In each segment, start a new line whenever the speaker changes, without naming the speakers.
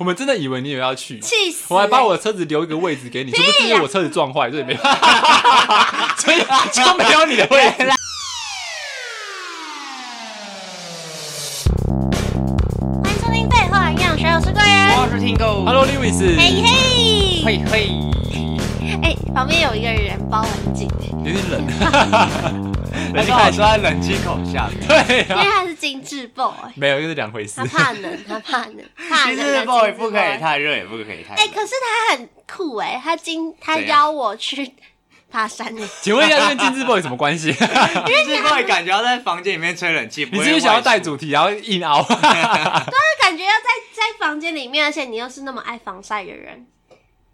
我们真的以为你也要去，
气死、
我还把我的车子留一个位置给你，是不是因为我车子撞坏，所以没， 所以就没有你的位置。
欢迎收听《废话营养学》，我是贵人。
我是听够。
Hello Lewis，
嘿嘿，
嘿嘿，
哎、旁边有一个人包很紧，
有点冷，
大家好，坐在冷气口下 面。
对
因为
啊，
他是精致 boy，
没有，又是两回事
他。怕冷，他怕冷，怕
其
冷的
实
精致
boy 不可
boy
以太热，也不可以太
哎、
冷。
可是他很酷哎、他今他
怎样
邀我去爬山欸呢、
请问一下，跟精致 boy 有什么关 系？
可是 boy 感觉要在房间里面吹冷气，
你
不
是
会
不是想要带
外出
主题，然后硬凹？
他感觉要在在房间里面，而且你又是那么爱防晒的人，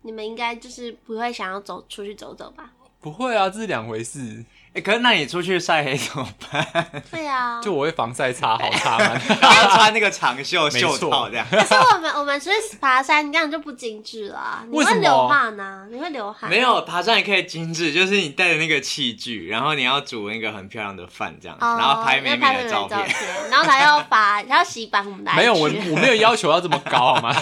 你们应该就是不会想要走出去走走吧？
不会啊，这是两回事。
哎可是那你出去晒黑怎么 办？
对啊，
就我会防晒擦好擦 吗？
然后穿那个长袖袖套 这样。
可是我们我们去爬山，这样就不精致了啊、你
为什
会
么
流汗啊，你会流汗。
没有爬山也可以精致，就是你带着那个器具，然后你要煮那个很漂亮的饭这样，
哦，
然后拍美
要
美的
美
照
照
片。
片，然后他要 把他要洗版我们的 IG，
没有，我
他上
我没有要求要这么高好吗？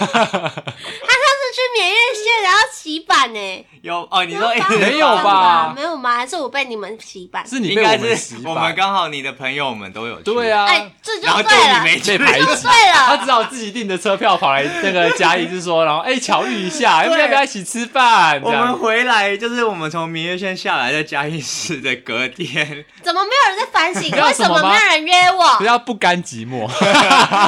次去缅甸县，然后洗版呢、
有哦，你说
然后发
哎
没有
文章
吧
没有吗？还是我被你们洗版？
是你
应
被我
该
们
是
洗
我们
版。
刚好你的朋友们都有去
对，啊，
哎、这就
然后
对
就你
了，
没去
被。排
就
挤
对。 了。
他只好自己订的车票跑来那个嘉义，就是说，然后哎、巧遇一下，要
对
不要不要一起吃饭？
我
这
们
样
回来就是我们从明月线下来，在嘉义市的隔天，
怎么没有人在反省？
知道
为什么
什么吗
没有人约我
不？要不甘寂寞。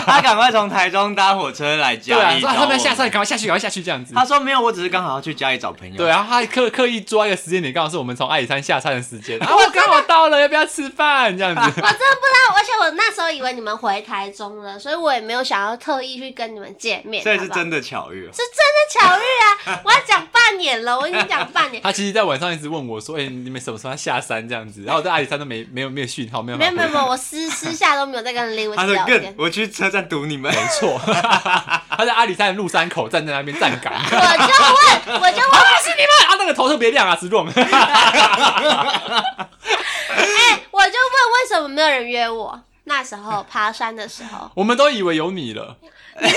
他赶快从台中搭火车来
对
嘉
啊，
义
说
找
他
我
们
们。
下山，赶快下去，赶快下去这样子。
他说没有，我只是刚好要去嘉义找朋友。
对，啊，他还刻刻意抓一个时间点，刚好是我们从阿里山下山的时 间。啊，我刚好到了，要不要吃饭？这样 子。
我真的不知道，而且我那时候以为你们回台中了，所以我也没有想要特意去跟你们见面。
所以是
好不好
真的巧遇。
是真的巧遇啊！我要讲半年了，我已经讲 半年，
他其实，在晚上一直问我说：“哎、你们什么时候要下山？”这样子。然后我在阿里山都没没有没有讯号，没有
没
办
有
法
没有没有，我私私下都没有在跟 Lewis
他说
聊
更
天，，
我去车站堵你们。
没错，他在阿里山的鹿山口站在那边站 岗。
我就问，我就问，
是你们啊，那个头特别亮啊，是 r o
哎，我就问为什么没有人约我？那时候爬山的时候，
我们都以为有你了，
每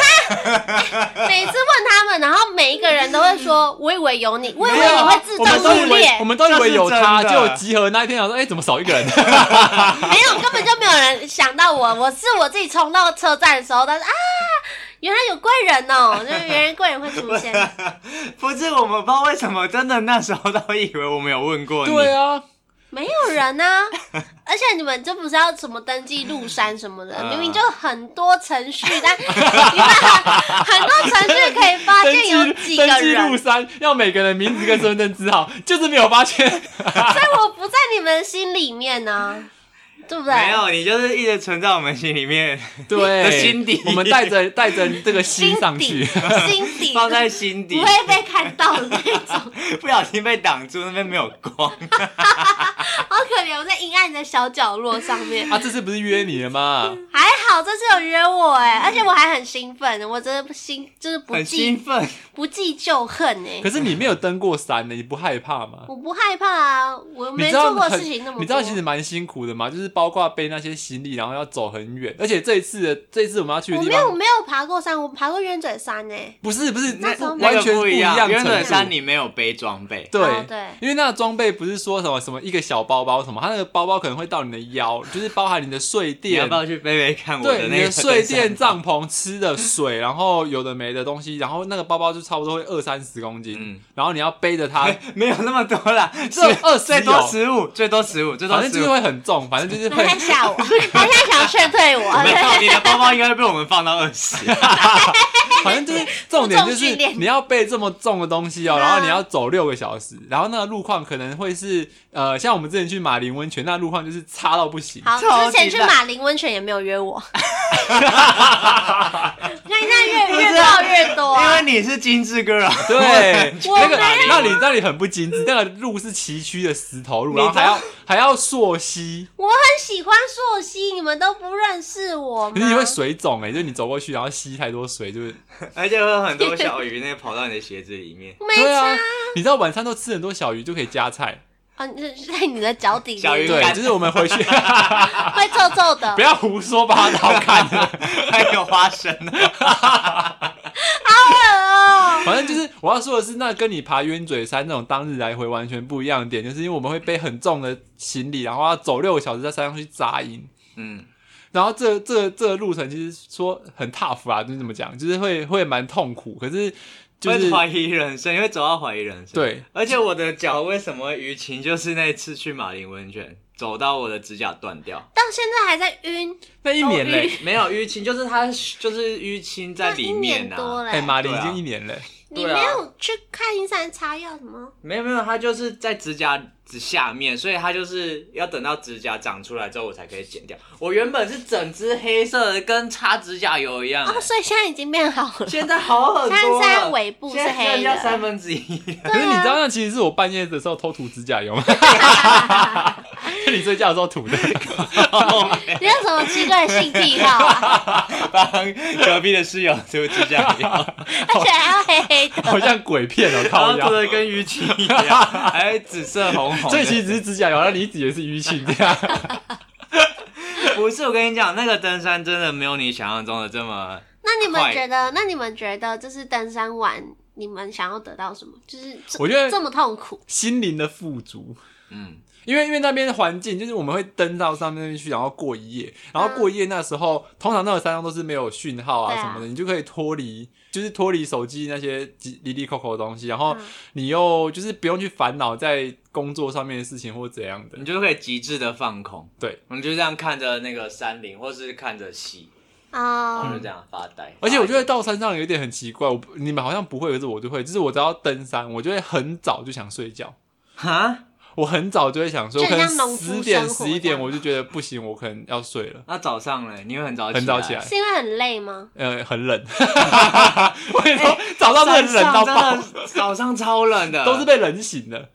次问他们，然后每一个人都会说：“我以为有你，我以为
没有
你
啊
会自
我们都
动
以
入
为
列
我，们都以为有他，
这
就是
真的
集合那一天想说，哎，怎么少一个人？
没有，根本就没有人想到我，我是我自己冲到车站的时候，但是啊，原来有贵人哦、就是原来贵人会出现。
不是，我们不知道为什么，真的那时候都以为我们有问过你。
对 啊，
没有人啊！而且你们这不是要什么登记入山什么的，
嗯
明明就很多程序，但 你们很很多程序可以发
登
现啊有
记
几
登
个
记入
人，
山，要每个人名字跟身份证字号，就是没有发 现。
所以我不在你们心里面呢、对不对？
没有，你就是一直存在我们心里面，
对，
心底
我们带着带着这个心
心
上
底
去。
心 底
放在心
不
底，
会被看到的那种，
不小心被挡住，那边没有光。
好可怜，我在阴暗的小角落上面。
啊，这次不是约你了吗？
还好这次有约我哎、而且我还很兴奋，我真的不兴，就是不
很
计
兴 奋，
不计就恨哎、
可是你没有登过山呢，你不害怕吗？
我不害怕啊，我
你
没
知道
做过
很
事情那么多。
你知道其实蛮辛苦的嘛，就是包括背那些行李，然后要走很远，而且这一次的这一次我们要去的
我
地
没有我
方，
没有爬过山，我爬过冤嘴山哎呢、
不是不是
那时候
完全
那个
不
一
样程度。
原本山你没有背装备，
对、
哦对
因为那个装备不是说什么什么一个小包包什么，它那个包包可能会到你的腰，就是包含你的睡
你要
垫
不，要去背背看我
对
的
你
那
的
个
睡
登山
垫、帐篷、吃的水，然后有的没的东西，然后那个包包就差不多会二三十公斤，
嗯
然后你要背着它，
哎 没有那么多啦，
这
是
二十
最多
有
十五，最多十五，最多
反正就
十
是
五。
会很重，反正就是
他
会
在吓我，他现在想要劝退 我。
没有，你的包包应该会被我们放到二十。
反正就是重点就
负重
是
训练
你要背这么重的东西哦，
啊
然后你要走六个小时，然后那个路况可能会是呃，像我们之前去马林温泉，那路况就是差到不行。
好，
超
之前
级
去
烂
马林温泉也没有约 我。 那那越
不是
越到越多
因
啊、
为你是精致 girl，
对，
我
那个
没有
那里那里很不精致，那个路是崎岖的石头路，然后还要还要溯溪，
我很喜欢朔溪，你们都不认识我吗？。
可是你会水肿哎、欸，就是你走过去然后吸太多水，就是
而且会有很多小鱼那跑到你的鞋子里面
没
对
差
啊，你知道晚餐都吃很多小鱼就可以加 菜，
啊，你是在你的脚底
小啊鱼
里
对，
干
就是我们回 去
会臭臭的
不。要胡说八道看。
还有花生呢，
好恶哦
我要说的是，那跟你爬冤嘴山那种当日来回完全不一样的点，就是因为我们会背很重的行李，然后要走六个小时在山上去扎营。
嗯，
然后这这这个路程其实说很 tough 啊，就是怎么讲，就是会会蛮痛苦，可是就
会
是
怀疑人生，你会走到怀疑人生。，
对
而且我的脚为什么淤青，就是那次去马林温泉，走到我的指甲断掉，
到现在还在晕，
那一年嘞，
没有淤青，就是它就是淤青在
那一
里
年
面
多
呐、啊。
嘞、
哎，马林
对
已
啊
经一年嘞，
你
对啊
没有去看医生擦药什么？
没有没有，它就是在指甲指下面，所以它就是要等到指甲长出来之后我才可以剪掉。我原本是整只黑色的，跟擦指甲油一样、
哦，所以现在已经变好了。
现在好 很
三
多了。
三尾部是
现在
黑
剩下三
的，
分之一。
可是你知道那其实是我半夜的时候偷涂指甲油吗？是你睡觉的时候涂的，
你有什么奇怪的性癖好 啊？
帮隔壁的室友涂指甲油，
而且还要黑黑的，
好像鬼片哦，
然
靠
后涂
腰。
的跟淤青 一样，还紫色红红的。
这其实只是指甲油，那你指也是淤青这样。
不是我跟你讲，那个登山真的没有你想象中的这么。
那你们
快
觉得？那你们觉得就是登山完，你们想要得到什么？就是这
我觉得
这么痛苦，
心灵的富足，
嗯，
因为因为那边的环境就是我们会登到上面去，然后过一夜，然后过一夜那时候、通常那个山上都是没有讯号啊
对啊
什么的，你就可以脱离，就是脱离手机那些叽哩哩扣扣的东西，然后
嗯
你又就是不用去烦恼在工作上面的事情或怎样的
你。就可以极致的放空。
对，
我们就这样看着那个山林，或是看着溪，然后
啊
就！这样发呆。
而且我觉得到山上有一点很奇怪，我不你们好像不会，可是我就会，就是我只要登山，我就会很早就想睡觉。
哈，
我很早就会想说，
就
可
很
能
像农夫
十点
生活
十一
这
点
样
我就觉得不行，我可能要睡 了，
那啊早上嘞，你会很早
很早起来。
是因为很累吗？
呃，很 冷，我跟你说，哎早上真的冷到爆
山，上真的早上超冷 的，
都是被冷醒的。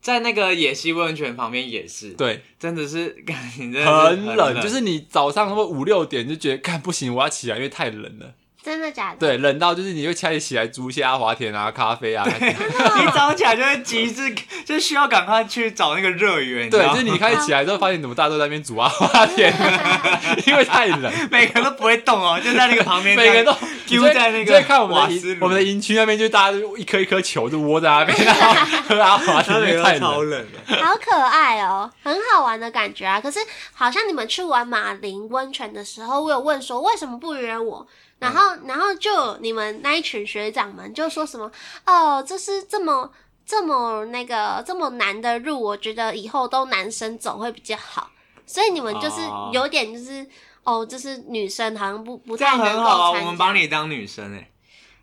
在那个野溪温泉旁边也是，，
对，
真的是， 感觉真的是
很冷，
冷，
就是你早上差不多五六点就觉得，看不行，我要起来，因为太冷了。
真的假的？
对，冷到就是你会开始起来煮一些阿华田啊、咖啡啊。
你早起来就会极致， 就需要赶快去找那个热源，
对，
你
就
知
是
道吗
你开始起来之后，发现你怎么大家都在那边煮阿华田，啊 因为太冷。
每个人都不会动 哦，就在 那个旁边，
每个人都
丢
你就会
在那个
你就会看我们
瓦
的
斯
营
炉
我们的营区那边，就大家就一颗一颗球就窝在那边，然后喝阿华田，
他
因
每
为
个
太
都
冷了。
超冷 的。
好可爱哦、很好玩的感觉啊！可是好像你们去玩马林温泉的时候，我有问说为什么不约我，然后、然后就有你们那一群学长们就说什么哦，这是这么这么那个这么难的路，我觉得以后都男生走会比较好，所以你们就是
哦
有点就是。哦，就是女生好像不不
这
太
样
能
很好啊，
够参
我
加。
们帮你当女生哎、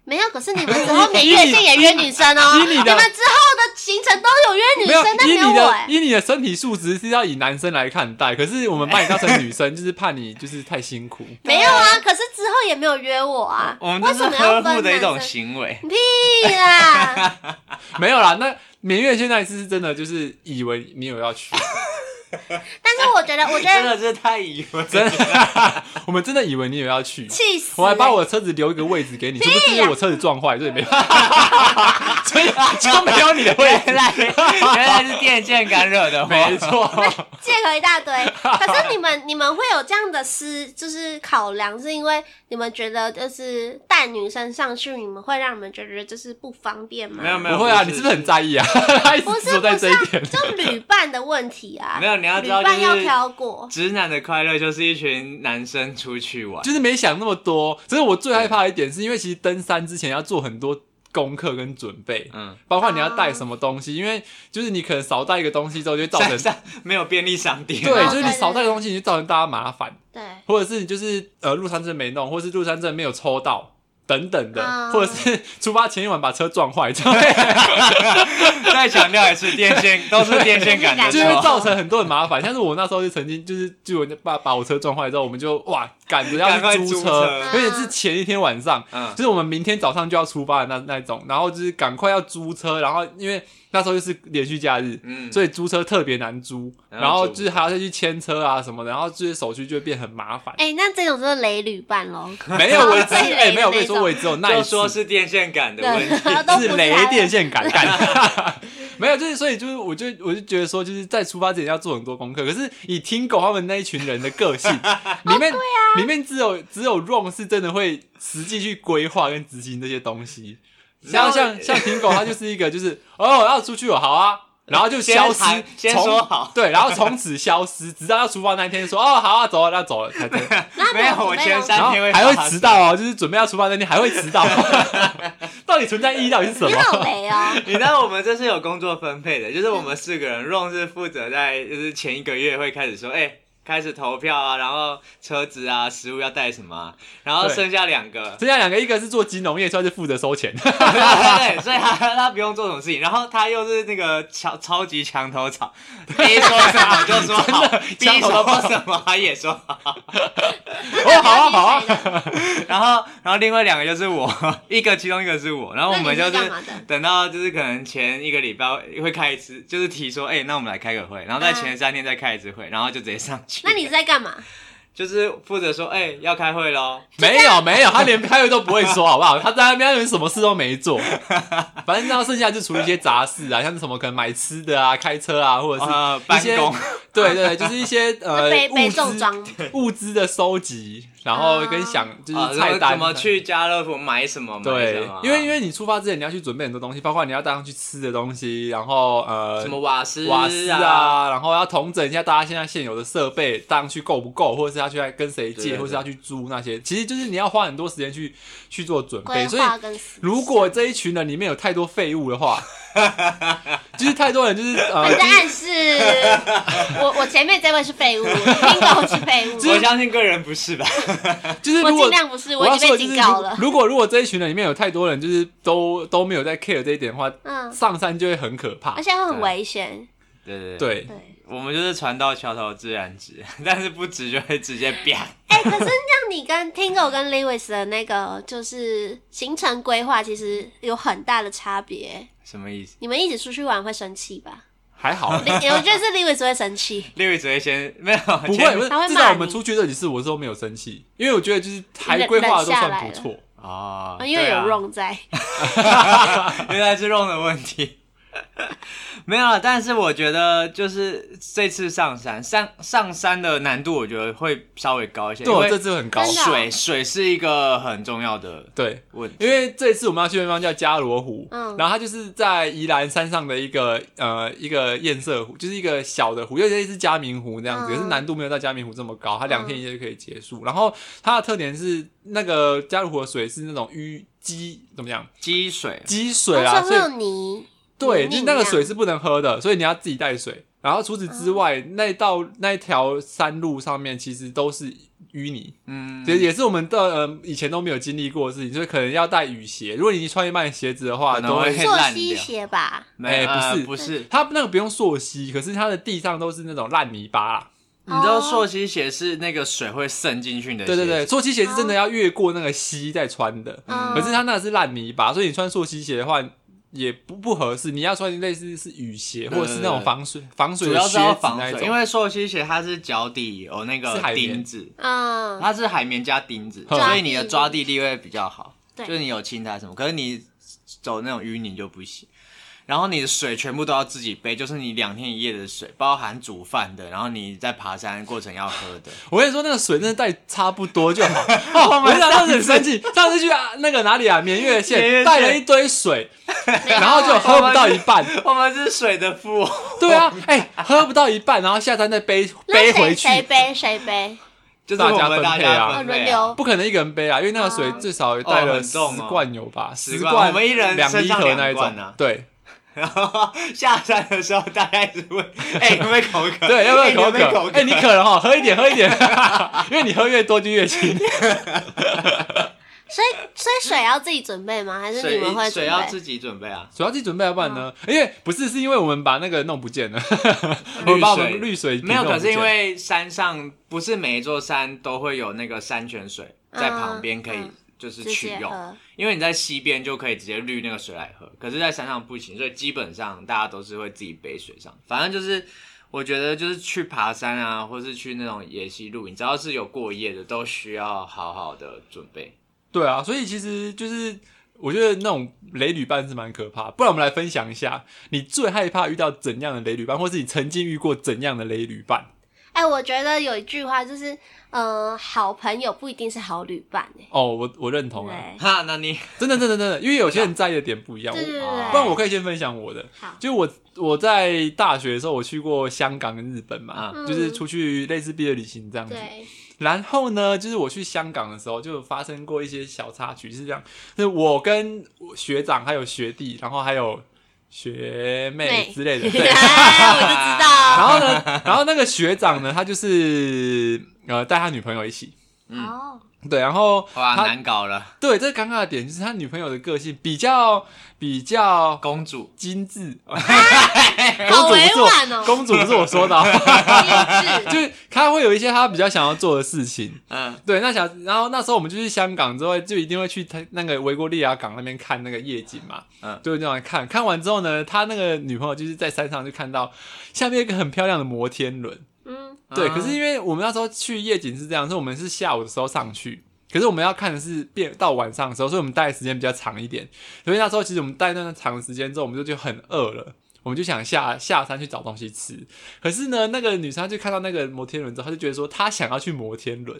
没有，可是你们之后没约性也约女生哦、
以
你
你的
们之后的行程都有约女
没有
生，，但没
以
有
你
我、
的
哎。
以你的身体素质是要以男生来看待，可是我们把你当成女生，就是怕你就是太辛 苦。
没有啊，可是之后也没有约我 啊。
我们
为
这
什
是
么要
呵
分
护的一种
男生
行为。啊
屁啦！
没有啦，那明月现在是真的就是以为你有要 去，
但是我觉得，我觉
真
得
的是太以为
真的，我们真的以为你有要 去。
气死、欸。
我还把我车子留一个位置给你，是不是因为我车子撞坏，所以没， 所以就没有你的位置。
原来是电线杆惹 的祸。
没错，
借口一 大堆。可是你们你们会有这样的思，就是考量，是因为你们觉得就是带女生上去，你们会让你们觉得就是不方便吗？
没有没有
不会啊，
不是
你是不是很在意啊？他 一直
不是
只有在这一点。
就旅伴的问题啊。
没有你要知道
旅伴要
就是
挑过。
直男的快乐就是一群男生出去
啊
玩，
就是没想那么多。只是我最害怕的一点，是因为其实登山之前要做很多功课跟准备，
嗯，
包括你要带什么东
啊
西，因为就是你可能少带一个东西之后，就会造成
山上没有便利商店，啊
对，
哦
就是你
对
少带
对
东西，你就造成大家麻烦，
对，
或者是你就是呃入山证没弄，或是入山证没有抽到。等等的，
啊
嗯
或者是出发前一晚把车撞坏， 这样
再强调一次，电线都是电线杆的
就会
是
错。
造成很多的麻烦。像是我那时候就曾经就是，就我把把我车撞坏之后，我们就哇赶着
赶
要
快
去租
租
车
车，
而且是前一天晚上，
嗯，
就是我们明天早上就要出发的那那种，然后就是赶快要租车，然后因为那时候就是连续假日，
嗯
所以租车特别难租，
然后
然后
租不
就是还要再去牵车啊什么的，然后这些手续就会变很麻烦。
哎、那这种就是雷旅伴喽。
没有，我 也只
超级雷
哎、
的
没有，我跟你
那
说，
种
我也只有啊那一
就
次
说是电线杆的问题。
对，都不
是
是
雷
他的
电线杆杆，没有，就是所以就是我就我就觉得说，就是在出发之前要做很多功课。可是以听狗他们那一群人的个 性，里
哦
面、
啊
里面只有只有 Ron 是真的会实际去规划跟执行这些东西。像
然后
像像听狗，它就是一个就是 哦要出去哦，好啊，然后就消失
先谈，先
从
说好
对，然后从此消失，直到要出发那一天说哦好啊走啊那走了才对，
那
没有
准
我
备
前
了
三
然后
天会
还
发
会
生
迟到哦，就是准备要出发那天还会迟 到，到底存在意义到底是什
你好
么？
雷哦，
你知道我们这是有工作分配的，就是我们四个人，Ron 是负责在就是前一个月会开始说，哎、开始投票啊，然后车子啊，食物要带什么、啊，然后
对
剩下两个，
剩下两个，一个是做金融业，算是负责收钱，
对对对，所以他他不用做什么事情，然后他又是那个超超级墙头草，A 说什么就说好
墙
，B
头草
说不什么他也说好，
哦好啊好啊，
然后然后另外两个就是我，一个其中一个是我，然后我们就
那你是干嘛的
等到就是可能前一个礼拜会开一次，就是提说，哎、那我们来开个会，然后在前三天再开一次会，然后就直接上去。
那你是在干嘛？
就是负责说，哎、要开 会喽。
没有没有，他连开会都不会说，好不好？他在那边什么事都没 做，反正然后剩下就处理一些杂事啊，像是什么可能买吃的啊、开车啊，或者是
呃，
一
办
些
公，
对对，就是一些呃
被被
物
重
资
装，
物资的收集，然后跟想就
啊
是
怎么
菜单
怎么。去家乐福买什么买什
对
么，，
因为因为你出发之前你要去准备很多东西，包括你要带上去吃的东西，然后呃
什么瓦斯
瓦斯
啊，
啊，然后要统整一下大家现在现有的设备，带上去够不够，或者是要去跟谁
对
借，
对
或是要去租那些，其实就是你要花很多时间去去做准备。
规
所以
划跟实
如果这一群人里面有太多废物的 话，就是太多人就是呃
你，在 暗示我，我前面这位是废物，听狗是废物，
啊
我相信个人不是吧？
就是
我
如
尽
果
量不是，
我
已
要
经
说的
被
就是
警告了。
如如果如果这一群人里面有太多人就是都都没有在 care 这一点的话，
嗯，
上山就会很可怕
而。且会很危险。
对对，
对，
对，
我们就是船到桥头自然直， 但是不直就会直接啪。
哎、可是像你跟 Tingo 跟 Lewis 的那个就是行程规划，其实有很大的差别。
什么意思？
你们一起出去玩会生气吧？
还 好。
我觉得是 Lewis 会生气。
六只会先没有，
不会，
先
不是
他会骂你
至少我们出去这几次，我是都没有生气，因为我觉得就是还规划的都算不错。
哦，
因为
对
有
啊
Ron 在，
原来是 r 的问题。 没有了，但是我觉得就是这次上山上上山的难度，我觉得会稍微高一些，
对
因
我这
为
次很高
真，的哦
水水是一个很重要的
对，
问题。
因为这次我们要去的地方叫加罗湖，
嗯
然后它就是在宜兰山上的一个呃一个堰塞湖，就是一个小的湖，有点类似嘉明湖那样子，
嗯
可是难度没有到嘉明湖这么高，它两天一夜就可以结束。然后它的特点是那个加罗湖的水是那种淤积，怎么样
积水，
积水啊，
哦
所
所以
以
会有泥。
对，
泥
就
泞
是那个
这样嗯
水是不能喝的，所以你要自己带水。然后除此之外，那道那条山路上面其实都是淤泥，
嗯，
其实也是我们的呃以前都没有经历过的事情，所以可能要带雨鞋。如果你穿一般的鞋子的话，
可能
都
会
会。
被
做
烂
吸
掉
血吧，
没、
哎不
呃
是
不是，
它那个不用溯溪，可是它的地上都是那种烂泥巴啦。
你知道
哦
溯溪鞋是那个水会渗进去你的
对
鞋子，
对对，溯溪鞋是真
哦
的要越过那个溪再穿的，
嗯
可是它那个是烂泥巴，所以你穿溯溪鞋的话也不不合适。你要穿类似是雨鞋，
对
或者是那种防水防水
主
的
要
靴
是
子
要防
那一
水，
种。
因为溯溪鞋它是脚底有那
是
个
海绵
钉子，
嗯，
它是海绵加钉子，
嗯
所以你的抓地力会比较好，
对
就是你有青苔什么，可是你走那种淤泥就不行。然后你的水全部都要自己背，就是你两天一夜的水，包含煮饭的，然后你在爬山过程要喝 的。
我跟你说，那个水真的带差不多就好。 哦，我上次很生气，上次去啊那个哪里啊，绵月
绵
县
月县
带了一堆水，
没有
然后就喝不到一半。
我们是水的富翁，
对啊，哎、喝不到一半，然后下山再背
那
背
谁
回去，
谁背谁 背？
就是我们
大
大
家
家
分
哦，轮
分配啊、
流。
不可能一个人背啊，因为那个水
啊
至少也带
哦
了
很
十
重哦
罐有吧，
十
十
罐我们一人
两
身
厘
上
头
两
那一种
罐啊
对。
然后下山的时候，大家一直 问：“哎、有没有口渴？
对，要不
哎
要
你有
口
没有口
渴？哎、你渴了哈，喝一点，喝一点， 因为你喝越多就越轻。
所以所以水要自己准备吗？还是你们会
水
准
水要
备？
自己准备啊。
主要自己准备，要不然呢？
嗯
因为不是，是因为我们把那个弄不见了， 我们把我们绿水瓶
没有，
弄
可
不
是
见
因为山上不是每一座山都会有那个山泉水在旁边可以
嗯
就是
直
取
接
用，
喝。
因为你在溪边就可以直接滤那个水来喝，可是，在山上不行，所以基本上大家都是会自己背水上。反正就是，我觉得就是去爬山啊，或是去那种野溪露营，只要是有过夜的，都需要好好的准备。
对啊，所以其实就是我觉得那种雷旅伴是蛮可怕。不然我们来分享一下，你最害怕遇到怎样的雷旅伴，或是你曾经遇过怎样的雷旅伴？
哎、哎、我觉得有一句话就是，嗯、好朋友不一定是好旅伴、欸，
哦，我我认同啊，
哎，
哈，那你
真的真的真的，因为有些人在意的点不一样。
对对对
我
对，
不然我可以先分享我的，
好，
就我我在大学的时候，我去过香港跟日本嘛，
嗯
就是出去类似毕业旅行这样子。
对，
然后呢，就是我去香港的时候，就有发生过一些小插曲，是这样，就是我跟我学长还有学弟，然后还有学妹
妹
之类的， 对。
哎我就知道。
然后呢，然后那个学长呢，他就是呃带他女朋友一起，
嗯
哦，
对，然后
哇
他
难搞了，
对这个尴尬的点就是他女朋友的个性比较比较
公主
精致，
好
嗯公主不
委
是
婉
我，
哦，
公主不是我说的哦，
精致
就是他会有一些他比较想要做的事情。
嗯
对，那想，然后那时候我们就去香港之后，就一定会去他那个维多利亚港那边看那个夜景嘛，
嗯
就这样看。看完之后呢，他那个女朋友就是在山上就看到下面有一个很漂亮的摩天轮，
嗯，
对。
啊
可是因为我们那时候去夜景是这样，是我们是下午的时候上去，可是我们要看的是变到晚上的时候，所以我们待的时间比较长一点。所以那时候其实我们待那段长的时间之后，我们就就很饿了。我们就想下下山去找东西吃，可是呢，那个女生她就看到那个摩天轮之后，她就觉得说她想要去摩天轮，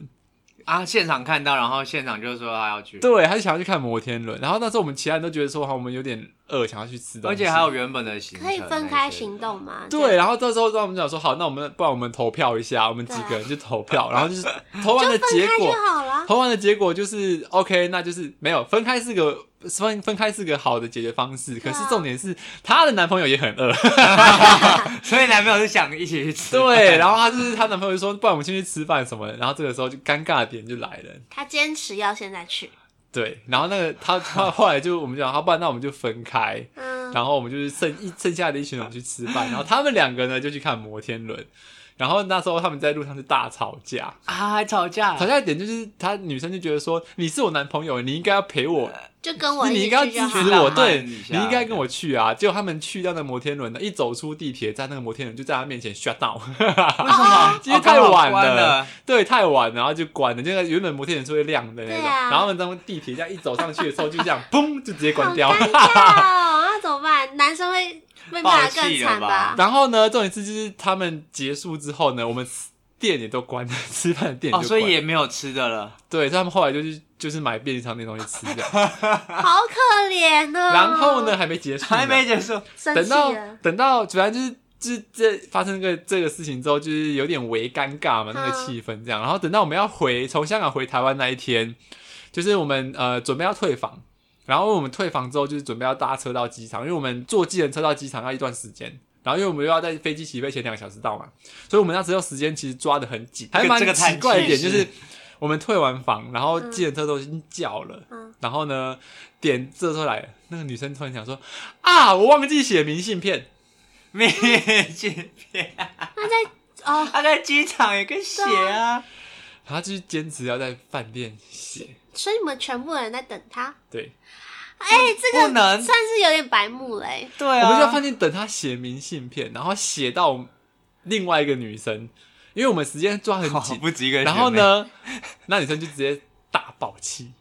啊，现场看到，然后现场就说他要去，
对，她就想要去看摩天轮。然后那时候我们其他人都觉得说，好，我们有点饿，想要去吃东
而
西，
且还有原本的行程，
可以分开行，动吗？
对，，然后到时候让我们讲说好，那我们不然我们投票一下，我们几个人就投票，然后就是投完的
就分
结
开
果
就，好了。
投完的结果就是 OK，那就是没有分开是个分分开是个好的解决方式，可
对啊
是重点是她的男朋友也很饿，
所以男朋友是想一起去吃，
对，啊然后她就是她男朋友就说，不然我们先去吃饭什么的，然后这个时候就尴尬的点就来了。
他坚持要现在去，
对，然后那个她她后来就我们就讲，好，不然那我们就分开，
嗯，
然后我们就是剩一剩下的一群人去吃饭，然后他们两个呢就去看摩天轮，然后那时候他们在路上是大吵架，
啊还吵架，
吵架的点就是她女生就觉得说你是我男朋友，你应该要陪我，
就跟呃我
是你
一
应该要
起
支
去就好
持
了。
我，
浪漫
对
一
你
下
应该跟我去啊。结果他们去到那个摩天轮呢，一走出地铁站，那个摩天轮就在他面前 shut down，
为什么？
啊因为
哦刚
太
好
晚
关
了
了，
对，太晚了，然后就关了。那个原本摩天轮是会亮的那种，
对啊
然后他们当地铁这样一走上去的时候，就这样砰就直接关
好
掉。
尴尬哦， 那怎么办？男生会被骂得更惨
暴气了吧
然后呢，重点是就是他们结束之后呢，我们吃店也都关了，吃饭的店也
哦，
就
所
关
以
了。
也没有吃的了，
对，所以他们后来就是就是买便利商店东西吃这样。
好可怜哦。
然后 呢，？还没结束，
还没结束，
生啊
等
气
到
了，
等到，主要就是就是这发生这个这个事情之后，就是有点微尴尬嘛，那个
嗯
气氛这样。然后等到我们要回从香港回台湾那一天，就是我们呃准备要退房，然后我们退房之后就是准备要搭车到机场，因为我们坐计程车到机场要一段时间。然后因为我们又要在飞机起飞前两个小时到嘛，所以我们那时候时间其实抓的很紧，还蛮
这个太
奇怪的点就
确实
是我们退完房，然后
嗯
计程车都已经叫了，
嗯
然后呢点这时候来了，那个女生突然想说啊，我忘记写明信片，
明信片，
那在哦，
他在机场也可以写啊，
然后就是坚持要在饭店写，
所以你们全部人在等他。
对，
哎、这
不
个
能，
算是有点白目欸嘞、
对
我
啊，
们就在饭店等她写明信片，然后写到另外一个女生，因为我们时间抓很
好
紧，
不 止一个人，
然后？呢，那女生就直接大爆气。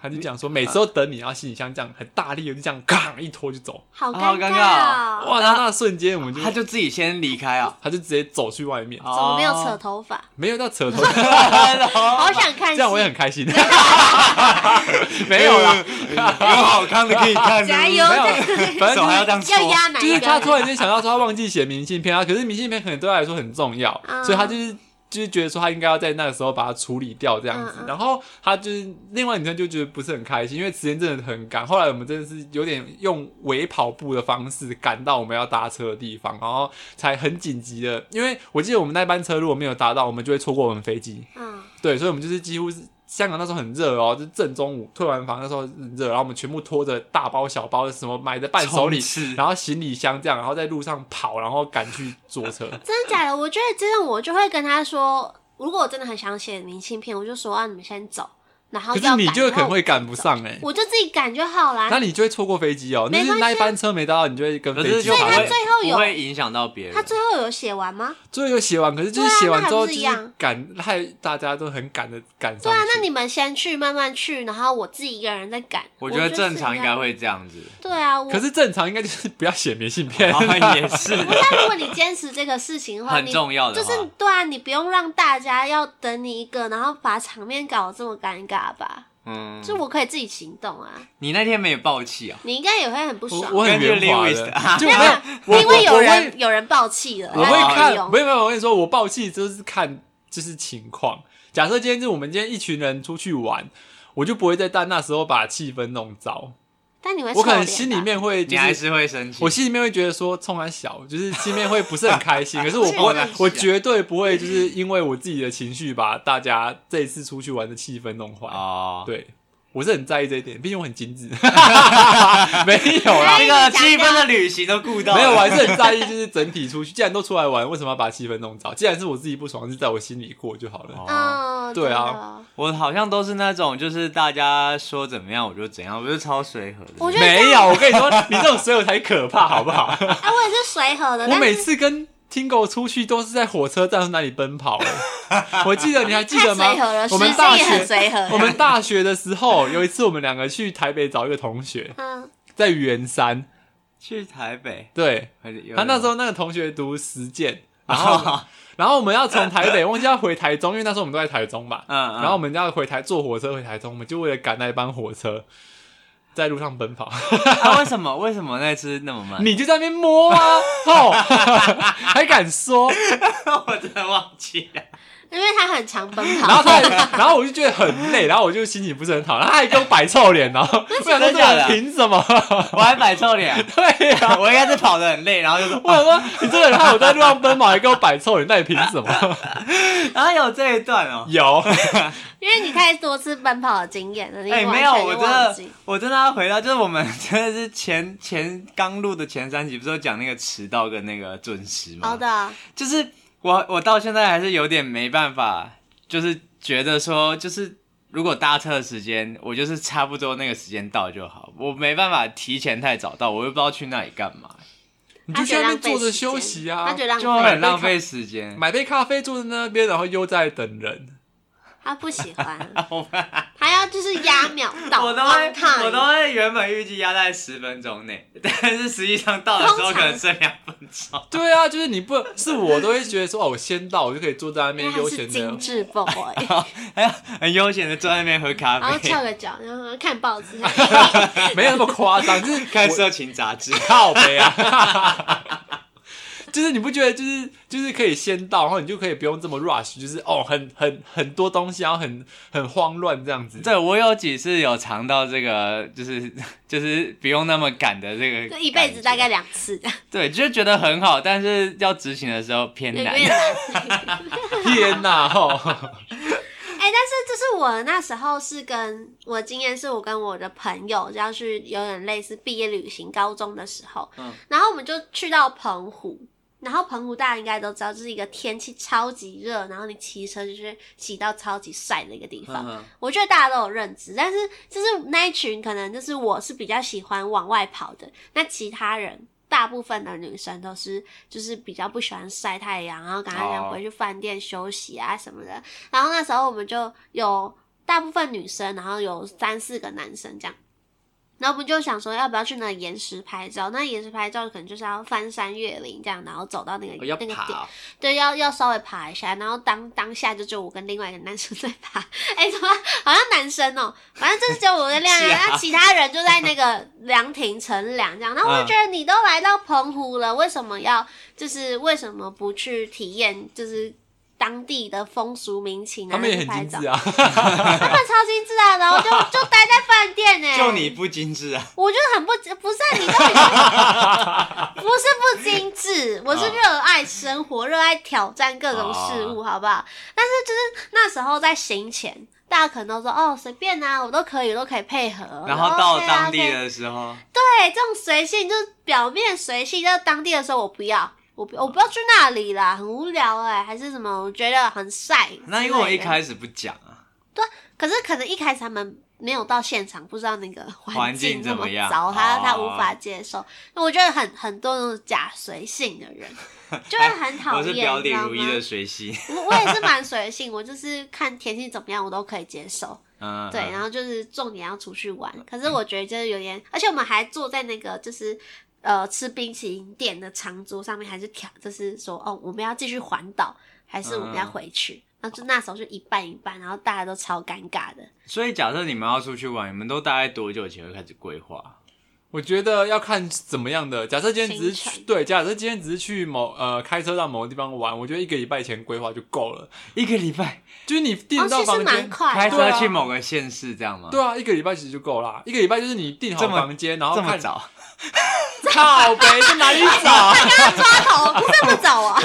她就讲说，每次都等你，然后行李箱这样很大力，就这样咔一拖就走。
好
好
尴
尴
尬、哦，
哇！然后那瞬间我啊们就，啊
他就自己先离开啊，
她就直接走去外面，
哦
怎么没有扯头发？
没有到扯 头，
好想看
这
戏
样，我也很开心。 没 有啦，
有好看的可以看，
加
没有
油，
啦， 反正
手
就
还
是
要这 样抽
要压哪
就
一
是
个？
他突然间想到说他忘记写明信片啊，可是明信片可能对他来说很重要，
嗯
所以他就是就是觉得说他应该要在那个时候把它处理掉这样子。
嗯嗯
然后他就是另外女生就觉得不是很开心，因为时间真的很赶。后来我们真的是有点用伪跑步的方式赶到我们要搭车的地方，然后才很紧急的，因为我记得我们那班车如果没有搭到，我们就会错过我们飞机。
嗯，
对，所以我们就是几乎是香港那时候很热哦，就是正中午退完房那时候很热，然后我们全部拖着大包小包的什么买的伴手礼
冲刺，
然后行李箱这样，然后在路上跑，然后赶去坐 车。
真的假的？我觉得这样我就会跟他说，如果我真的很想写明信片，我就说让、啊、你们先走。然后
可
要
是
赶
你就可
然
能
后
会赶不上哎、
我就自己赶就好啦。
那你就会错过飞机哦、
哦没
那
关系啊
是那一班车没到，你就会跟
可
飞
是
机
就
打
所以他
架
不会
最后有
不会影响到别人，
他最后有写完吗？
最后有写完，可是就是
对啊
写完之后就
那还不
是
一
是
样
赶，害大家都很赶的赶上去。
对啊，那你们先去，慢慢去，然后我自己一个人在赶。
我觉得正常应该
会。
会这样 子。
对啊，我
可是正常应该就是不要写明信片，
啊，也 是，
但如果你坚持这个事情的话，
很
你
重要的
就
话
是对啊，你不用让大家要等你一个，然后把场面搞得这么尴尬吧？
嗯，
就我可以自己行动啊，
你那天没有爆气啊？
你应该也会很 不
我
爽。
我很圆滑
根据
的
Lewis 啊的，
就
没
没
有
有我
因为有
我会
人有人爆气了，
我
然后
会
就
看
没，用
没有没有，我跟你说，我爆气就是看就是情况。假设今天是我们今天一群人出去玩，我就不会在但那时候把气氛弄糟，
但你会
我可能
臭脸
心里
吧
面会就
你还
是。
是会生气
我。心里面会觉得说冲他小，就是心里面会不是很开 心，可是我不
不是
会
很，
我绝对不会就是因为我自己的情绪把大家这一次出去玩的气氛弄坏。
哦，
对，我是很在意这一点，毕竟我很精 致，没有啦，
哎
这个气氛的旅行都顾到了
没有，我还是很在意，就是整体出去，既然都出来玩，为什么要把气氛弄糟？既然是我自己不爽，就在我心里过就好了。
哦，
嗯，
对啊
真的
我好像都是那种，就是大家说怎么样我就怎样，我就超随和的。
我觉得这
没
样
有，我跟你说，你这种所有才可怕，好不好？
啊，我也是随和的，
我
但
每
是
次跟 Tingo 出去都是在火车站那里奔 跑、哎我记得你还记得
太
吗
随和了，？
我
时
们
间
大
也很
学，
随和。
我们大学的时候，有一次我们两个去台北找一个同学，
嗯，
在圆山，
去台北，
对
还是有嗯
他那时候那个同学读实践，然后
哦，
然后我们要从台北，忘记要回台中，因为那时候我们都在台中吧。
嗯，
然后我们要回台坐火车回台中，我们就为了赶那一班火 车，在路上奔跑。
啊他为什么为什么那次那么慢？
你就在那边摸啊，哦， 还敢说？
我真的忘记 了。
因为他很常奔
然后
跑，
他还， 然后我就觉得很累，然后我就心情不是很好，然后他还跟我摆臭脸，然后我想说
真的假的
这个人凭什么？
我还摆臭脸，
对呀、
我应该是跑得很累，然后就说
我想说你这个人害我在路上奔跑，还跟我摆臭脸，那你凭什么？
啊有这一段哦。
有，
因为你太多次奔跑的经验了，你
哎、
完
没有，
全
我
就
真
忘
的
记。，
我真的要回到，就是我们真的是前前刚录的前三集，不是有讲那个迟到跟那个准时吗？
好的，
就是我我到现在还是有点没办法，就是觉得说，就是如果搭车的时间，我就是差不多那个时间到就好，我没办法提前太早到，我又不知道去那里干嘛，
你
他
就
觉
在
得
那
浪
边
费
坐着
时间
休息啊
他，觉得浪
就会
费，
很浪费时间。
买杯咖啡坐在那边，然后悠在等人。
他不喜欢，他要就是压秒到，
我都
on
会，
time
我都会原本预计压在十分钟内，但是实际上到的时候
通常
可能剩两分钟。
对啊，就是你不是我都会觉得说哦，我先到，我就可以坐在那
因为
边
他
悠
是
闲
精
的。
致
哦
boy，
还要很悠闲的坐在那边喝咖
然后
啡
翘，个脚，然后看报纸，
没有那么夸张，就是
看
我
色情杂志。
靠北啊。 就是你不觉得就是就是可以先到，然后你就可以不用这么 rush，就是哦很很很多东西，然后很很慌乱这样子。
对，我有几次有尝到这个，就是就是不用那么赶的这个，
就一辈子大概两次，
对，就觉得很好，但是要执行的时候偏
有
难
点。难。
天哪、哦！
哎、但是就是我那时候是跟我经验是我跟我的朋友要去有点类似毕业旅行，高中的时候，
嗯
然后我们就去到澎湖，然后澎湖大家应该都知道，就是一个天气超级热，然后你骑车就是骑到超级晒的一个地方。
嗯
我觉得大家都有认知，但是就是那一群可能就是我是比较喜欢往外跑的，那其他人。大部分的女生都是就是比较不喜欢晒太阳，然后赶快想
哦
回去饭店休息啊什么的。然后那时候我们就有大部分女生，然后有三四个男生这样。然后我们就想说，要不要去那岩石拍照？那岩石拍照可能就是要翻山越岭这样，然后走到那个、
我要
那个
爬
点，
哦，
对，要要稍微爬一下，然后当当下就只有我跟另外一个男生 在爬，哎、怎么好像男生哦、反正就是只有我跟另 外一个，
是啊
那、其他人就在那个凉亭乘凉这样。然后我就
嗯
觉得你都来到澎湖了，为什么要就是为什么不去体验就是当地的风俗民情啊？
他们也很
去拍
精
照
致，啊，
他们超精致啊，然后就就待在饭 店哎、
就你不精致啊！
我就很不不是、啊、你都已经 不是不精致，我是热爱生活，热爱挑战各种事物，
啊
好不好？但是就是那时候在行前，大家可能都说哦随便啊，我都可以，我都可以配合。
然后到
OK 啊
当地
OK
的时候，
对这种随性，就是表面随性，到当地的时候我不要。我不我不要去欸那里啦，很无聊哎、还是什么？我觉得很晒之类的。
那因为我一开始不讲啊，
可是可能一开始他们没有到现场，不知道那个
环境
境
怎
那
么样
糟，他他
哦
无法接受。那我觉得很很多那种假随性的 人，就会很讨
我是
厌，
表
你知
里
道
如一
吗
的？水系，
我我也是蛮随性，我就是看天气怎么样，我都可以接受。
嗯，
对，啊
嗯
然后就是重点要出去玩，可是我觉得就是有点，而且我们还坐在那个就是呃吃冰淇淋店的长桌上面，还是挑，就是说哦，我们要继续环岛，还是我们要
嗯
回去？那就那时候就一半一半，然后大家都超尴尬的。
所以假设你们要出去玩，你们都大概多久前会开始规划？
我觉得要看怎么样的。假设今天只是
行
去
程
对，假设今天只是去某呃开车到某个地方玩，我觉得一个礼拜前规划就够了。
一个礼拜
就是你订到
哦其实
房
蛮
间，
快的
开
对
车
啊
去某个县市这样吗？
对，啊，一个礼拜其实就够啦。一个礼拜就是你订好
这么
房间，然后
这么
看
早？
靠北在哪里找？
抓头，不这么早 啊！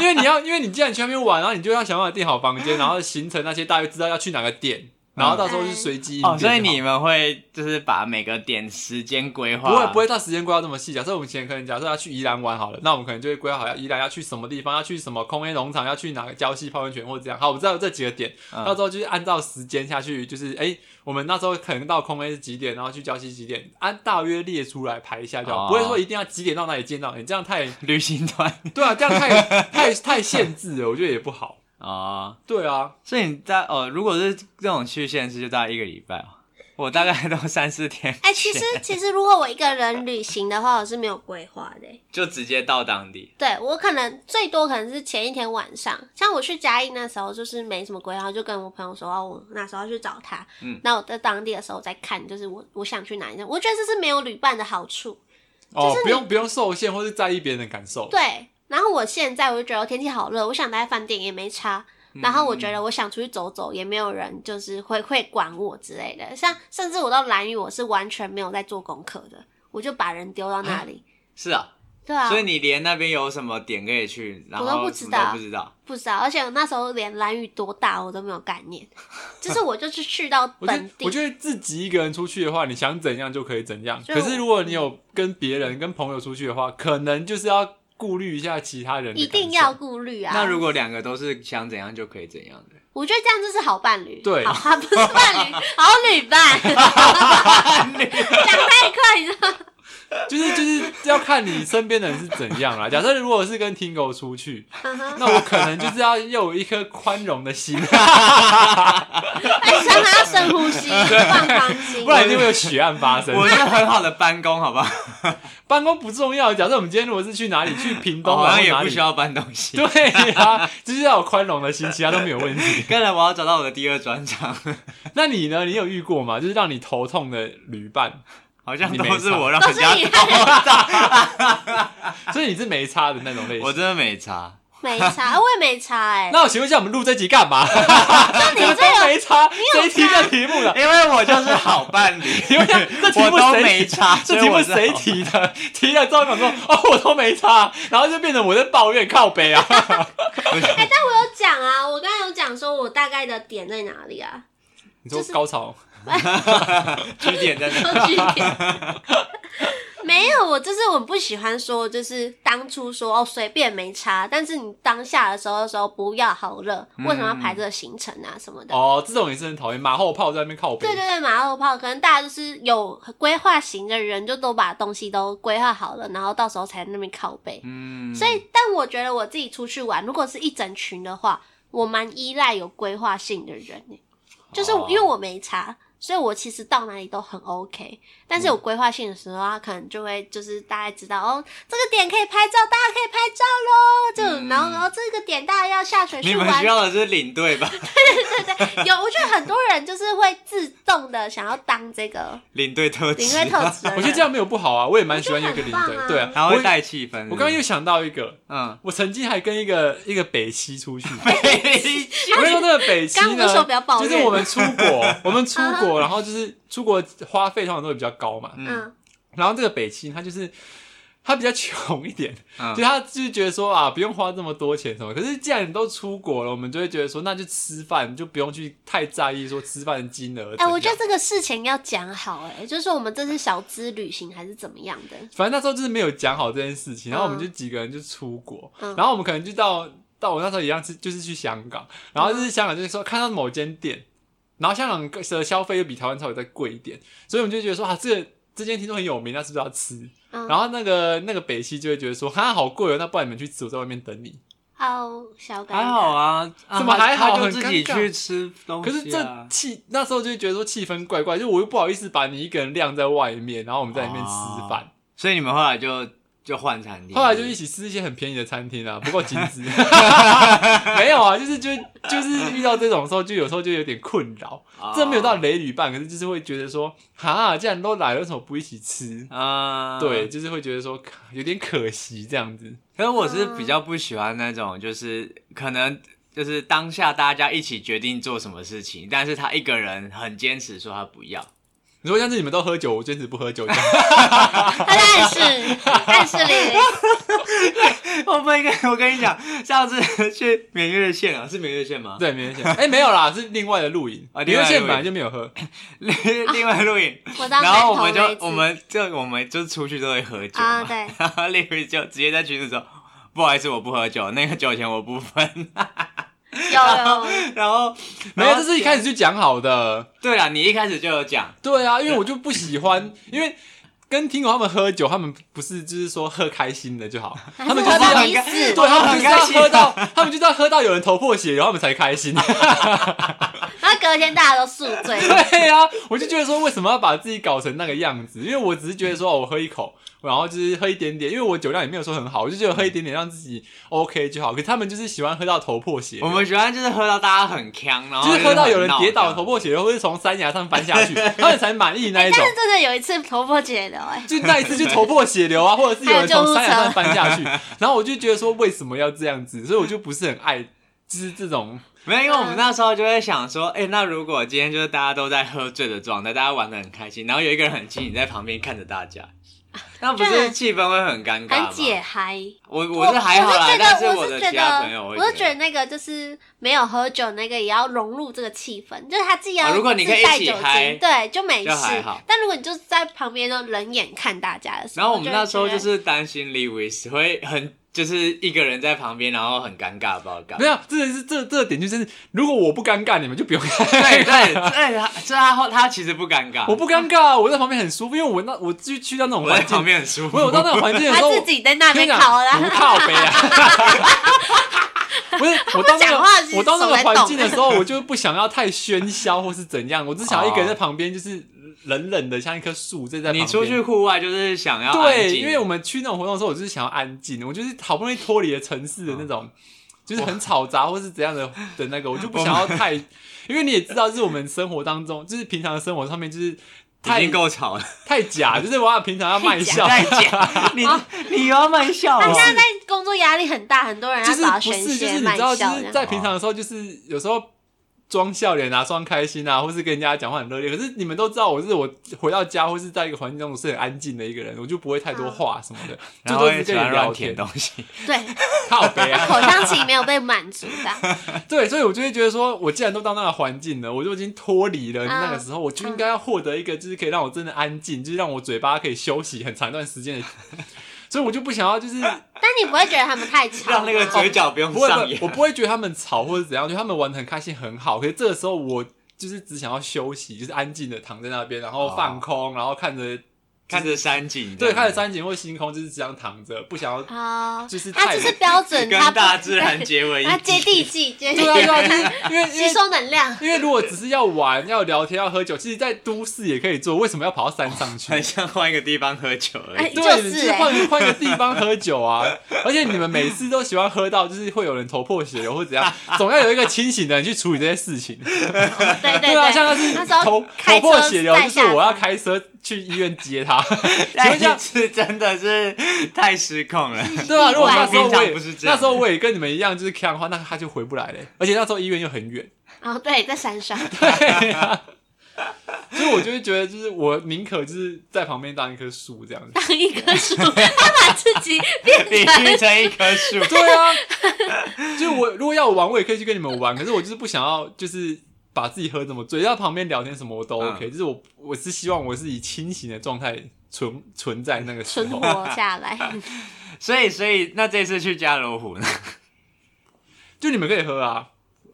因为你要，因为你既然去那边玩，然后你就要想办法订好房间，然后行程那些大约知道要去哪个点，然后到时候是随机应变
哦，
就好
所以你们会就是把每个点时间规
不
划，
会不会到时间规划这么细。假设我们以前可能假设要去宜兰玩好了，那我们可能就会规划好要宜兰要去什么地方，要去什么空 A 农场，要去哪个礁溪泡温泉或者这样。好，我知道有这几个点，
嗯
到时候就是按照时间下去，就是哎、我们那时候可能到空 A 是几点，然后去礁溪几点，按大约列出来排一下就好，
哦
不会说一定要几点到哪里见到你，这样太
旅行团
对啊，这样太太太限制了，我觉得也不好。
哦。
对啊，
所以你在哦，如果是这种去县市，就大概一个礼拜哦。我大概都三四天
哎、其实其实如果我一个人旅行的话，我是没有规划的欸、
就直接到当地，
对我可能最多可能是前一天晚上，像我去嘉义那时候就是没什么规划，就跟我朋友说哦，我那时候要去找他。
嗯，
那我在当地的时候再看，就是我我想去哪一站，我觉得这是没有旅伴的好处。
哦，不用不用受限或是在意别人的感受。
对，然后我现在我就觉得天气好热，我想待在饭店也没差。
嗯
然后我觉得我想出去走走，也没有人就是会会管我之类的。像甚至我到兰屿，我是完全没有在做功课的，我就把人丢到那里。
是啊，
对啊，
所以你连那边有什么点可以去，然
我
后
都不知道
什么都不知道。
不知道，而且我那时候连蓝雨多大我都没有概 念，就是我就是去到
我觉得
本地
我，觉得自己一个人出去的话，你想怎样就可以怎样。
就
可是如果你有跟别人、跟朋友出去的话，可能就是要顾虑一下其他人的
一定
感受
要顾虑啊。
那如果两个都是想怎样就可以怎样的，
我觉得这样就是好伴侣，
对
好啊，不是伴侣，好女伴，讲太快，你知道吗？
就是就是要看你身边的人是怎样 啦。假设如果是跟 Tingo 出去，那我可能就是要要有一颗宽容的心，啊
哎，想还要深 呼吸，放宽心
不。然一定会有血案发生。
我是很好的搬工，好不 好？
办公不重要，假设我们今天如果是去哪里，去屏东
我好
啊，
像哦也
或哪
不
里
需要搬东西。
对呀、就是要有宽容的心，其他都没有问 题。
刚才我要找到我的第二专场，
那你呢？你有遇过吗？就是让你头痛的旅伴，
好像
你
都
没
是
差
我让
都
人
是
家
你
所以你是没差的那种类
我
型。
真的没差，
没差，我也没差哎、
那我请问一下，我们录这集干嘛？
那 你
你们
这
都
有
没差，谁
有
提这题目的？
因为我就是好 伴侣。
请问一下，这题
我
目
都
谁
没差，
这
所以
题目
我是
谁
好
提的？ 提了之后想说，哦，我都没差，然后就变成我在抱怨靠背啊。
我讲啊，我刚才有讲说我大概的点在哪 里啊，
你
就
说
是
高潮，
据点在哪？
都据点。没有，我就是我不喜欢说，就是当初说哦随便没差，但是你当下的时候的时候不要好热，为什么要排这个行程啊什么
嗯
的？
哦，这种也是很讨厌，马后炮在那边靠背
对。对对，马后炮，可能大家就是有规划型的人，就都把东西都规划好了，然后到时候才在那边靠背。
嗯，
所以，但我觉得我自己出去玩，如果是一整群的话，我蛮依赖有规划性的人耶，就是我
哦
因为我没差，所以我其实到哪里都很 OK。但是有规划性的时候，他可能就会就是大概知道哦，这个点可以拍照，大家可以拍照喽。就、
嗯
然后然后哦这个点大家要下水
你
去
们
玩
需，要的是领队吧？
有我觉得很多人就是会自动的想要当这个
领队特
领
辑，
队特质的人，
我觉得这样没有不好啊，我也蛮喜欢有一个
我
领
觉得
队
很棒啊，
对啊。
他
我
会带气氛。
我刚刚又想到一个，
嗯，
我曾经还跟一个一个北西出去，
嘿
我跟你说那个北西
刚刚
呢
不是说不要抱
就
怨
是我们出 国，我们出国，然后就是出国花费通常都会比较高嘛。
嗯
嗯，
然后这个北西他就是他比较穷一点，
嗯
就他就是觉得说啊，不用花这么多钱什么。可是既然你都出国了，我们就会觉得说，那就吃饭就不用去太在意说吃饭的金额。
哎、我觉
怎样
得这个事情要讲好、哎，就是我们这是小资旅行还是怎么样的，
反正那时候就是没有讲好这件事情，然后我们
嗯
就几个人就出国，
嗯嗯
然后我们可能就到到我那时候一样是就是去香港，然后就是香港就是说看到某间店，然后香港的消费又比台湾稍微再贵一点，所以我们就觉得说啊，这个这间听说很有名，那是不是要吃？
嗯
然后那个那个北西就会觉得说，哈，好贵哦，那不然你们去吃，我在外面等你。
好小感
还好啊，
怎么还好
他就
很
自己
尴尬
去吃
哦
东西、
可
啊。
是这气那时候就觉得说气氛怪怪，就我又不好意思把你一个人晾在外面，然后我们在里面吃饭。
所以你们后来就就换餐厅，
后来就一起吃一些很便宜的餐厅 啊，不够精致。没有啊，就是就就是遇到这种时候，就有时候就有点困扰。
哦
这没有到雷旅伴，可是就是会觉得说，哈，既然都来了，为什么不一起吃？
啊、
对，。就是会觉得说有点可惜这样子。
可是我是比较不喜欢那种，就是可能就是当下大家一起决定做什么事情，但是他一个人很坚持说他不 要。
你说像是你们都喝酒，我坚持不喝酒 这样，
他在暗示暗示你，
我不应该，我跟你讲，上次去绵月县啊，是绵月县吗？
对，没人想。哎、没有啦，是另外的露营，
啊
因
另
为
外的
现
露营啊
在本来就没有喝。
对，另外录影，
我当
然后我
馒
们
头妹
就
子
我们就我们就出去都会喝酒
啊
嘛，
对
然后丽宇就直接在群里说。不好意思，我不喝酒，那个酒钱我不分。
有有
然后
没有，这是一开始就讲好的。
对了，你一开始就有讲，
对啊，因为我就不喜欢，因为跟听友他们喝酒，他们不是就是说喝开心的就好，他 们就是
喝到
要
迷死，
对他们就是要
很开心
喝到，他们就是要喝到有人头破血流，他们才开心。
然后隔天大家都宿 醉，
对啊，我就觉得说，为什么要把自己搞成那个样子？因为我只是觉得说，哦我喝一口，然后就是喝一点点，因为我酒量也没有说很好，我就觉得喝一点点让自己 OK 就好。可是他们就是喜欢喝到头破血流
我们喜欢就是喝到大家很呛，然后
就是喝到有人跌
很
倒
闹
头破血流，或是从山崖上翻下去，他们才满意那一种
但。是真的有一次头破血流，哎，
就那一次就头破血流啊，或者是有人从山崖上翻下 去，然后我就觉得说为什么要这样子，所以我就不是很爱，就是这种
没有，因为我们那时候就会想说，哎、那如果今天就是大家都在喝醉的状态，大家玩的很开心，然后有一个人很清醒在旁边看着 大家，那不
这
是
很
气氛会很尴尬吗
很？解嗨。
我我是还好
我
啦
是，
但
觉得，
我
是
的
觉
其他朋友，
得，
我
我是觉得那个就是没有喝酒那个也要融入这个气氛，就是他自己要
哦如果你可以
自带
一起
酒精
嗨
对，就没
就还
事
好。
但如果你就是在旁边就冷眼看大家的时候，
然后我们那时候
会觉
就
得
是担心 Lewis 会很就是一个人在旁边，然后很尴尬，不知道 干
没有，
嘛。
这是这这个点就是，如果我不尴尬，你们就 不用
对
尴尬。
对对，他这他后他其实不尴 尬，
我不尴尬，我在旁边很舒服，因为我那我就去到那种
我在
环
旁
境，
边很舒服。
我有到那种环境的时
他
候，
自己在那
我跟
边啊
你讲
烤啦
不，靠背啊。 不是 我到那
讲话
个
是
我到那个
手在动
环境的时候，我就不想要太喧嚣或是怎样，我只想要一个人在旁边，就是冷冷的，像一棵树在在旁边。
你出去户外就是想要安
对，
静
因为我们去那种活动的时候，我就是想要安静，我就是好不容易脱离了城市的那种，就是很嘈杂或是怎样的的那个，我就不想要太，因为你也知道，就是我们生活当中，就是平常的生活上面，就是
已
太
经够 吵了。
太 假，就是我要平常要卖笑，
再讲， 你你又要卖笑
他
哦
现在工作压力很大，很多人
就
要
是
找
不
宣
是就
泄
是你
卖
知道，
笑这
就
样
是在平常的时候，就是有时候。装笑脸啊，装开心啊，或是跟人家讲话很热烈。可是你们都知道，我是我回到家或是在一个环境中，我是很安静的一个人，我就不会太多话什么的，
嗯然
就
后
都
也
是
喜
跟你
欢乱
聊
舔
天。
东西。
对，
靠北啊！
口腔期没有被满足 到。
对，所以我就会觉得说，我既然都到那个环境了，我就已经脱离了
啊
那个时候，我
嗯
就应该要获得一个，就是可以让我真的安静，就是让我嘴巴可以休息很长一段时间的。 所以我就不想要，就是
但你不会觉得他们太吵吗？
让那个嘴角不用
不会
上
不会，
扬。
我不会觉得他们吵或者怎样，就他们玩的很开心很好。可是这个时候，我就是只想要休息，就是安静的躺在那边，然后放空，然后看着
看着山景，
对看着
着
山景或星空，就是只想躺着，不想要
啊，
就是
他
太
就是标准，
跟
他不
大自 然接为一
他接
体。
地气，接地
对啊对啊，就是 因为因
吸
为
收能 量。
因为如果只是要玩、要聊天、要喝酒，其实，在都市也可以做，为什么要跑到山上 去？
很像换一个地方喝酒而
哎
已，
对，
就是
你
欸
换换一个地方喝酒啊！而且你们每次都喜欢喝到，就是会有人头破血流或怎样，总要有一个清醒的人去处理这些事情。
对对
对啊，像他是
那时候
头
开
头
车
破血流，
载
就是
下
我要
山
开车去医院接 他。请
那
问一 下
一，次真的是太失控了。
对啊，如果那时候
平常
我也
不是这
那
样
时候我也跟你们一样，就是 K 的话，那他就回不来嘞。而且那时候医院又很远，
哦，对，在山 上，
对啊。所以我就会觉得，就是我宁可就是在旁边当一棵树这样子。
当一棵 树，他把自己变
你
成
变成一棵树，
对啊，就是我如果要玩，我也可以去跟你们玩，可是我就是不想要，就是把自己喝这么醉，要旁边聊天什么我都
嗯
OK，、就是我我是希望我是以清醒的状态存存在那个时
存
候。
活下来。
所以所以那这次去加罗湖呢？
就你们可以喝啊，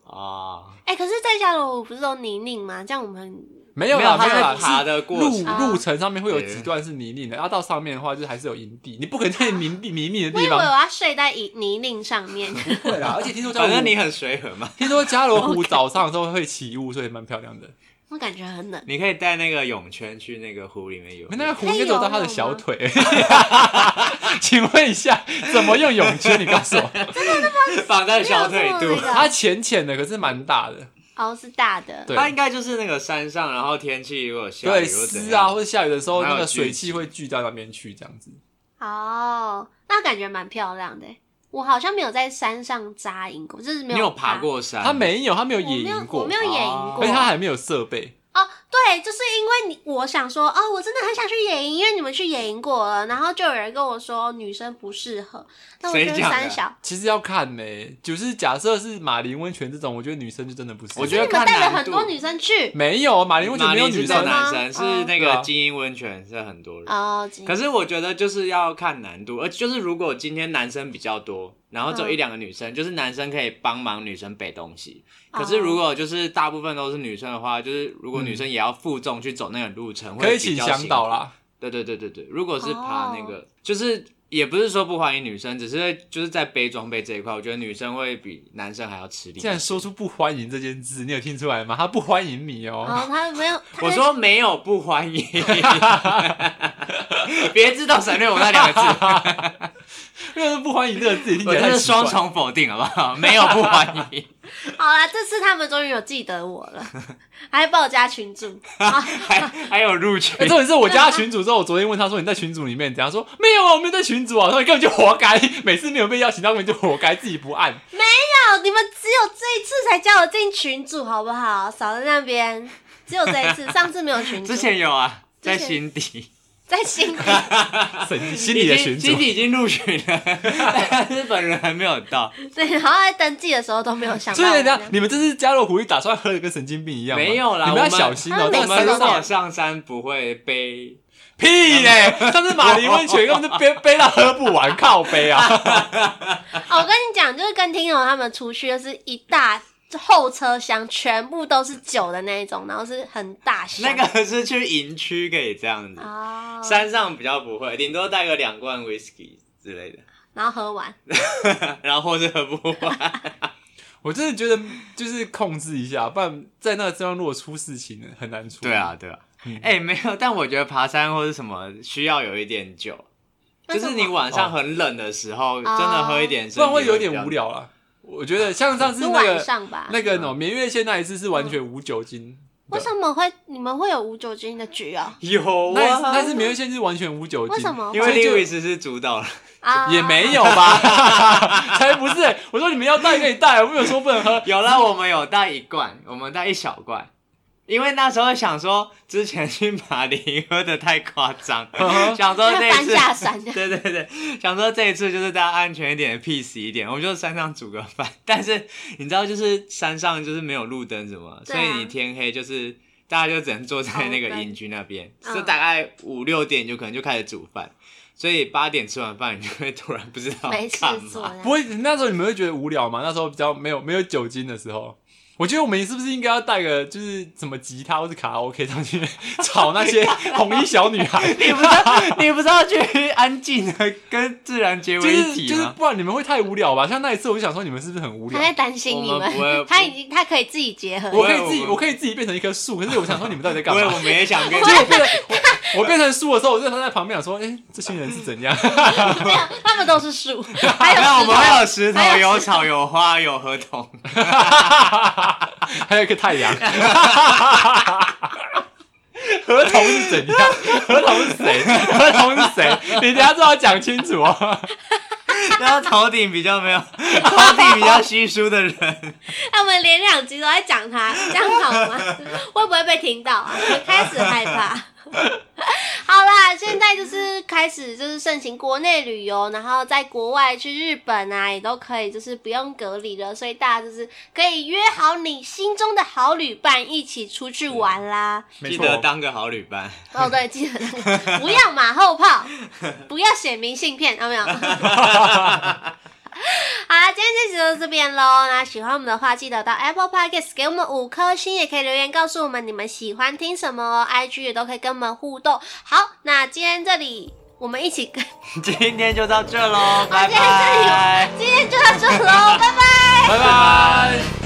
啊，
哎、可是在家的我不是都泥泞吗？这样我们
没有
没有
啦，
它
没有啦，
在爬
是
的过
路
程
啊
路程上面会有
对
几段是泥泞的，然啊后到上面的话就是还是有营地，你不可能在泥地泥泞的
我以
地
为我
方。
要睡在泥泥泞上面。
对啊啦，而且听说加
反
罗
正你
湖，
很随和嘛，
听说加罗湖早上的时候会起雾，所以蛮漂亮的。
我感觉很冷。
你可以带那个泳圈去那个湖里面游泳。
那个湖应该只有到他的小腿。 请问一下，怎么用泳圈？你告诉我，
绑在小腿
没有
肚
这么那，个
它浅浅的，可是蛮大的。
哦，是大的。
对
它应该就是那个山上，然后天气如果下
对，
雨或怎
湿啊，
样，
或者下雨的时候，
哪有
那个水
聚集
汽会聚到那边去，这样子。
哦，那感觉蛮漂亮的欸。我好像没有在山上扎营过，就是没
你有
爬
爬。过山？
他没有，他没有
我
野
没有
营，过，
我没有野营
哦
过。
而且他还没有设备。
哦，对，就是因为你，我想说，哦，我真的很想去野营，因为你们去野营过了，然后就有人跟我说女生不适合，那我
谁
觉得
讲的
三小，
其实要看呢、就是假设是马林温泉这种，我觉得女生就真的不是。
我觉
你们
得看
带了
难
很多
度
女生去，
没有马林温泉
哪
没
里
有
是
女
没有
生
吗
啊，
男生，
哦
是那
对啊
个精英温泉是很多人。
哦，
可是我觉得就是要看难度，而就是如果今天男生比较多，然后只有
嗯
一两个女生，就是男生可以帮忙女生背东西。
哦
可是如果就是大部分都是女生的话，就是如果女生也要负重去走那个路程，
嗯可以
会
请
比较
向
辛苦
导。啦。
对对对对对，如果是爬那
哦
个，就是也不是说不欢迎女生，只是就是在背装备这一块，我觉得女生会比男生还要吃力
竟。然说出不欢迎这件字，你有听出来吗？他不欢迎你哦、
哦，他没有，他
我说没有不欢迎， 别知道省略我那两个字。
因为不欢迎这个字听起
我
来
这
太
是
奇怪
双重否定，好不好？没有不欢 迎，
好啦，这次他们终于有记得我 了，还报加群主，好
还还有入群
欸、。重点是我加他群主之后，我昨天问他说你在群主里面怎样？他说没有啊，我没有在群主啊。他说你根本就活该，每次没有被邀请到，根本就活该自己不按。
哦，你们只有这一次才叫我进群组，好不好？少在那边，只有这一次，上次没有群组，
之前有啊，
之前
在心底，
在新地，
神经心里的群主
心，底已经入 群了，但是本人还没有到。
对，然后在登记的时候都没有想到
所
我
以
们
人
这样。
家你们这次加入狐狸打算喝的跟神经病一样吗？
没有啦
你们要
我们
小心哦、那
他每
个
我
次
们
山
如
都这
果
上
样
上山不会背
屁嘞、上次马林温泉根本就背背到喝不完，靠背啊！
哦，我跟你讲，就是跟听友他们出去，就是一大后车厢全部都是酒的那一种，然后是很大箱
那个是去营区可以这样子，
哦，
山上比较不会，顶多带个两罐 whisky 之类的，
然后喝完，
然后或是喝不 完。
我真的觉得就是控制一下，不然在那个地方如果出事情了很难出。
对啊，，对啊。哎、
嗯
没有，但我觉得爬山或是什么需要有一点酒，就
为什
是
么
你晚上很冷的时
哦
候，真的喝一点，
哦不然会有
身体比较
点无。聊啦。我觉得像上次
是
那
晚
个
上啊吧？
那个喏，绵月线那一次是完全无酒精的，
为什么会你们会有无酒精的局哦？
有
那一次
啊，
那次绵月线是完全无酒精，
为什么
因为
所以就
Lewis 是主导了，
啊，
也没有吧？ 才不是、我说你们要带可以带，我没有说不能喝。
有啦，我们有带一罐，我们带一小罐。因为那时候想说，之前去马林喝的太夸 张，想说
那
这
个
一
搬
次
下山的
对对对，想说这一次就是大家安全一点、peace 一点，我们就山上煮个饭。 但是你知道，就是山上就是没有路灯什么，
对
所
啊
以你天黑就是大家就只能坐在那个营区那边，
嗯
就大概五六点就可能就开始煮饭，所以八点吃完饭你就会突然不知道
没事
干
做
嘛。
的
不。会，那时候你们会觉得无聊吗？那时候比较没有没有酒精的时候，我觉得我们是不是应该要带个就是什么吉他或者卡拉 OK 上去吵那 些红衣小女孩？
你不知道，你不知道去安静的跟自然结
就
为一
是
体
就是，
吗？
不然你们会太无聊吧？像那一次，我就想说你们是不是很无
他
聊？
在担心你
我们不会
他已经他可以自己结合，
我可以自己，
我
我可以自己变成一棵树，可是我想说你们到底在干
因为
嘛？
我们也想跟
结果变成我我变成树的时候，我就在旁边想说，哎、这些人是怎样？
没有，他们都是 树，还
没有，我
有
们会有
石
石头
还有、
有草、有花、有河童。
还有一个太 阳，合同是怎样？合同是谁？合同是谁？你等一下最好讲清楚哦。
然后头顶比较没 有，头顶比较稀疏的人，
头，他们连两集都在讲他，这样好吗？ 会不会被听到啊？我开始害怕。 好啦，现在就是开始就是盛行国内旅游，然后在国外去日本啊，也都可以，就是不用隔离了，所以大家就是可以约好你心中的好旅伴一起出去玩啦。
没
记
错
得当个好旅伴。
哦，对，记得那 个不要马后炮，不要写明信片，有没有？好啦，今天这集就到这边喽。那喜欢我们的话，记得到 Apple Podcast 给我们五颗星，也可以留言告诉我们你们喜欢听什么哦。IG 也都可以跟我们互动。好，那今天这里我们一起跟，
今天就到这喽，拜
今天这里
拜，
今天就到这喽，拜拜。
拜拜。